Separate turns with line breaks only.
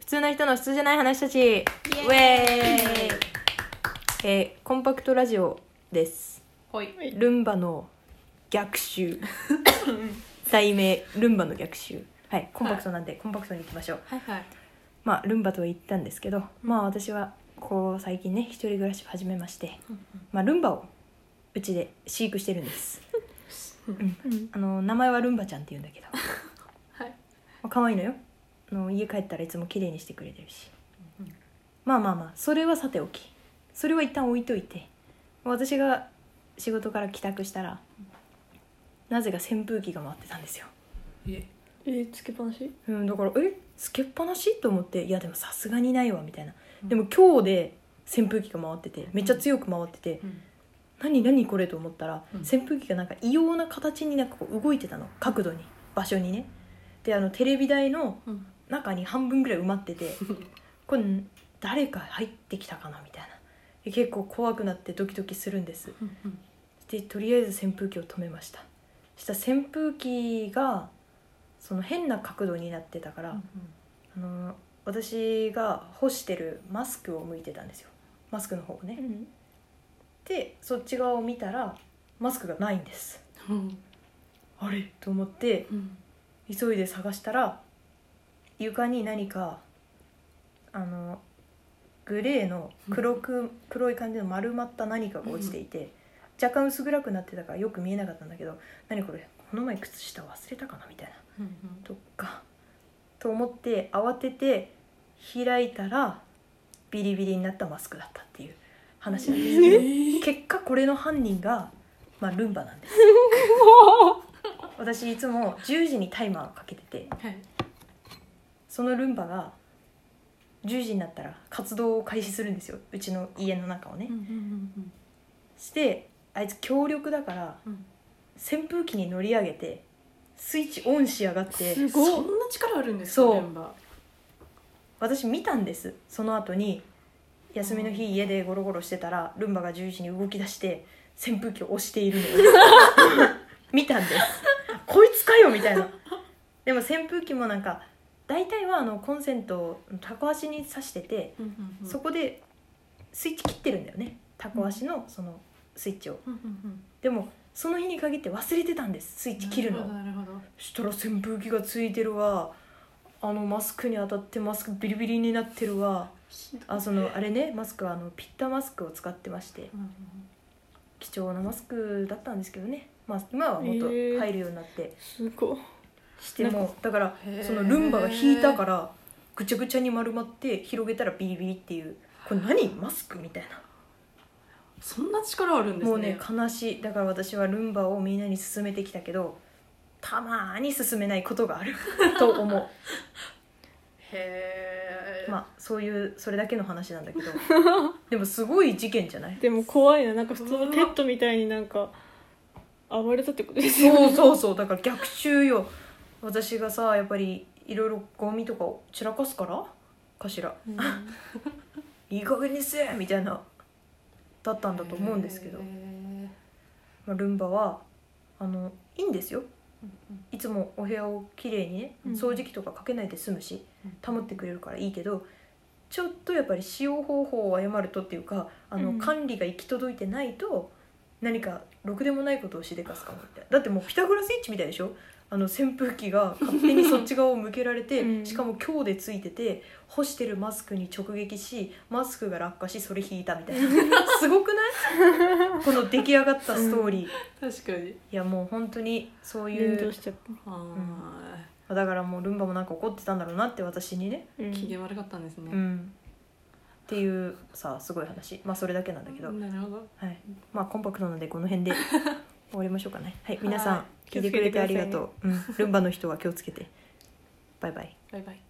普通の人の普通じゃない話たちイエーイえーコンパクトラジオです
ほい
ルンバの逆襲題名ルンバの逆襲はいコンパクトなんで、コンパクトにいきましょう
はいはい
まあルンバとは言ったんですけど、まあ私はこう最近ね一人暮らしを始めまして、まあ、ルンバをうちで飼育してるんです、うんあの名前はルンバちゃんって言うんだけど
はい
まあ可愛いのよあの家帰ったらいつも綺麗にしてくれてるし、まあまあまあそれはさておきそれは一旦置いといて私が仕事から帰宅したらなぜか扇風機が回ってたんですよ、
え
えー、つけっぱなし
うん、だからえつけっぱなしと思っていやでもさすがにないわみたいなでも今日で扇風機が回っててめっちゃ強く回ってて
うん
何何これと思ったら、
うん
扇風機がなんか異様な形になんかこう動いてたの角度に場所にねであのテレビ台の
うん
中に半分ぐらい埋まって てこれ誰か入ってきたかなみたいなで結構怖くなってドキドキするんです
うんうん
でとりあえず扇風機を止めましたそしたら扇風機がその変な角度になってたから、あの私が干してるマスクを向いてたんですよマスクの方をね、
ん
でそっち側を見たらマスクがないんです
うん
あれと思って
うん
急いで探したら床に何かあのグレーの黒く黒い感じの丸まった何かが落ちていて、若干薄暗くなってたからよく見えなかったんだけど何これこの前靴下忘れたかなみたいな
うん
どっかと思って慌てて開いたらビリビリになったマスクだったっていう話なんですけど、結果これの犯人が、まあ、ルンバなんです私いつも10時にタイマーをかけてて
はい
そのルンバが10時になったら活動を開始するんですようちの家の中をね、
うんうん
してあいつ強力だから
うん
扇風機に乗り上げてスイッチオンしやがって
うんそんな力あるんですか
そう
メンバ
私見たんですその後に休みの日家でゴロゴロしてたらルンバが10時に動き出して扇風機を押して いるのを見たんですこいつかよみたいなでも扇風機もなんか大体はあのコンセントをタコ足に挿してて、
ーうんうん
そこでスイッチ切ってるんだよねタコ足のそのスイッチを
うんうん
でもその日に限って忘れてたんですスイッ
うん
チ切るのを
なるほどなる
したら扇風機がついてるわあのマスクに当たってマスクビリビリになってるわ
ほど
あそのあれねマスクはあのピッタマスクを使ってまして
うんうん
貴重なマスクだったんですけどね、まあ、今はもっと
へ
入
ー
るようになって
すごい
してもだから
へー
そのルンバが引いたからぐちゃぐちゃに丸まって広げたらビリビリっていうこれ何マスクみたいな
そんな力あるんですね
もうね悲しいだから私はルンバをみんなに勧めてきたけどたまーに勧めないことがあると思う
へえ
まあそういうそれだけの話なんだけどでもすごい事件じゃない
でも怖いななんか普通のペットみたいになんか暴れたってことですよ
そう
ね
そうそうだから逆襲よ私がさやっぱりいろいろゴミとかを散らかすからかしら
うん
いい加減にせえみたいなだったんだと思うんですけど
へ、ー
まあ、ルンバはあのいいんですよ
うんうん
いつもお部屋をきれいにね
うん
掃除機とかかけないで済むし
うん
保ってくれるからいいけどちょっとやっぱり使用方法を誤るとっていうかあの、
うん
管理が行き届いてないと何かろくでもないことをしでかすかもみたいなだってもうピタゴラスイッチみたいでしょあの扇風機が勝手にそっち側を向けられて、
うん
しかも強でついてて干してるマスクに直撃しマスクが落下しそれ引いたみたい なすごくないこの出来上がったストーリー、い
確かに
やもう本当にそうい
連動
う
しちゃった
あ
だからもうルンバもなんか怒ってたんだろうなって私にね
うん
ー機嫌悪かったんですね
うん、っていうさすごい話まあそれだけなんだけど、
なるほど
はい、まあコンパクトなのでこの辺 で終わりましょうかねはい皆さん
い
聞いてくれてありがとう、うん、ルンバの人は気をつけてバイバイ
バイバイ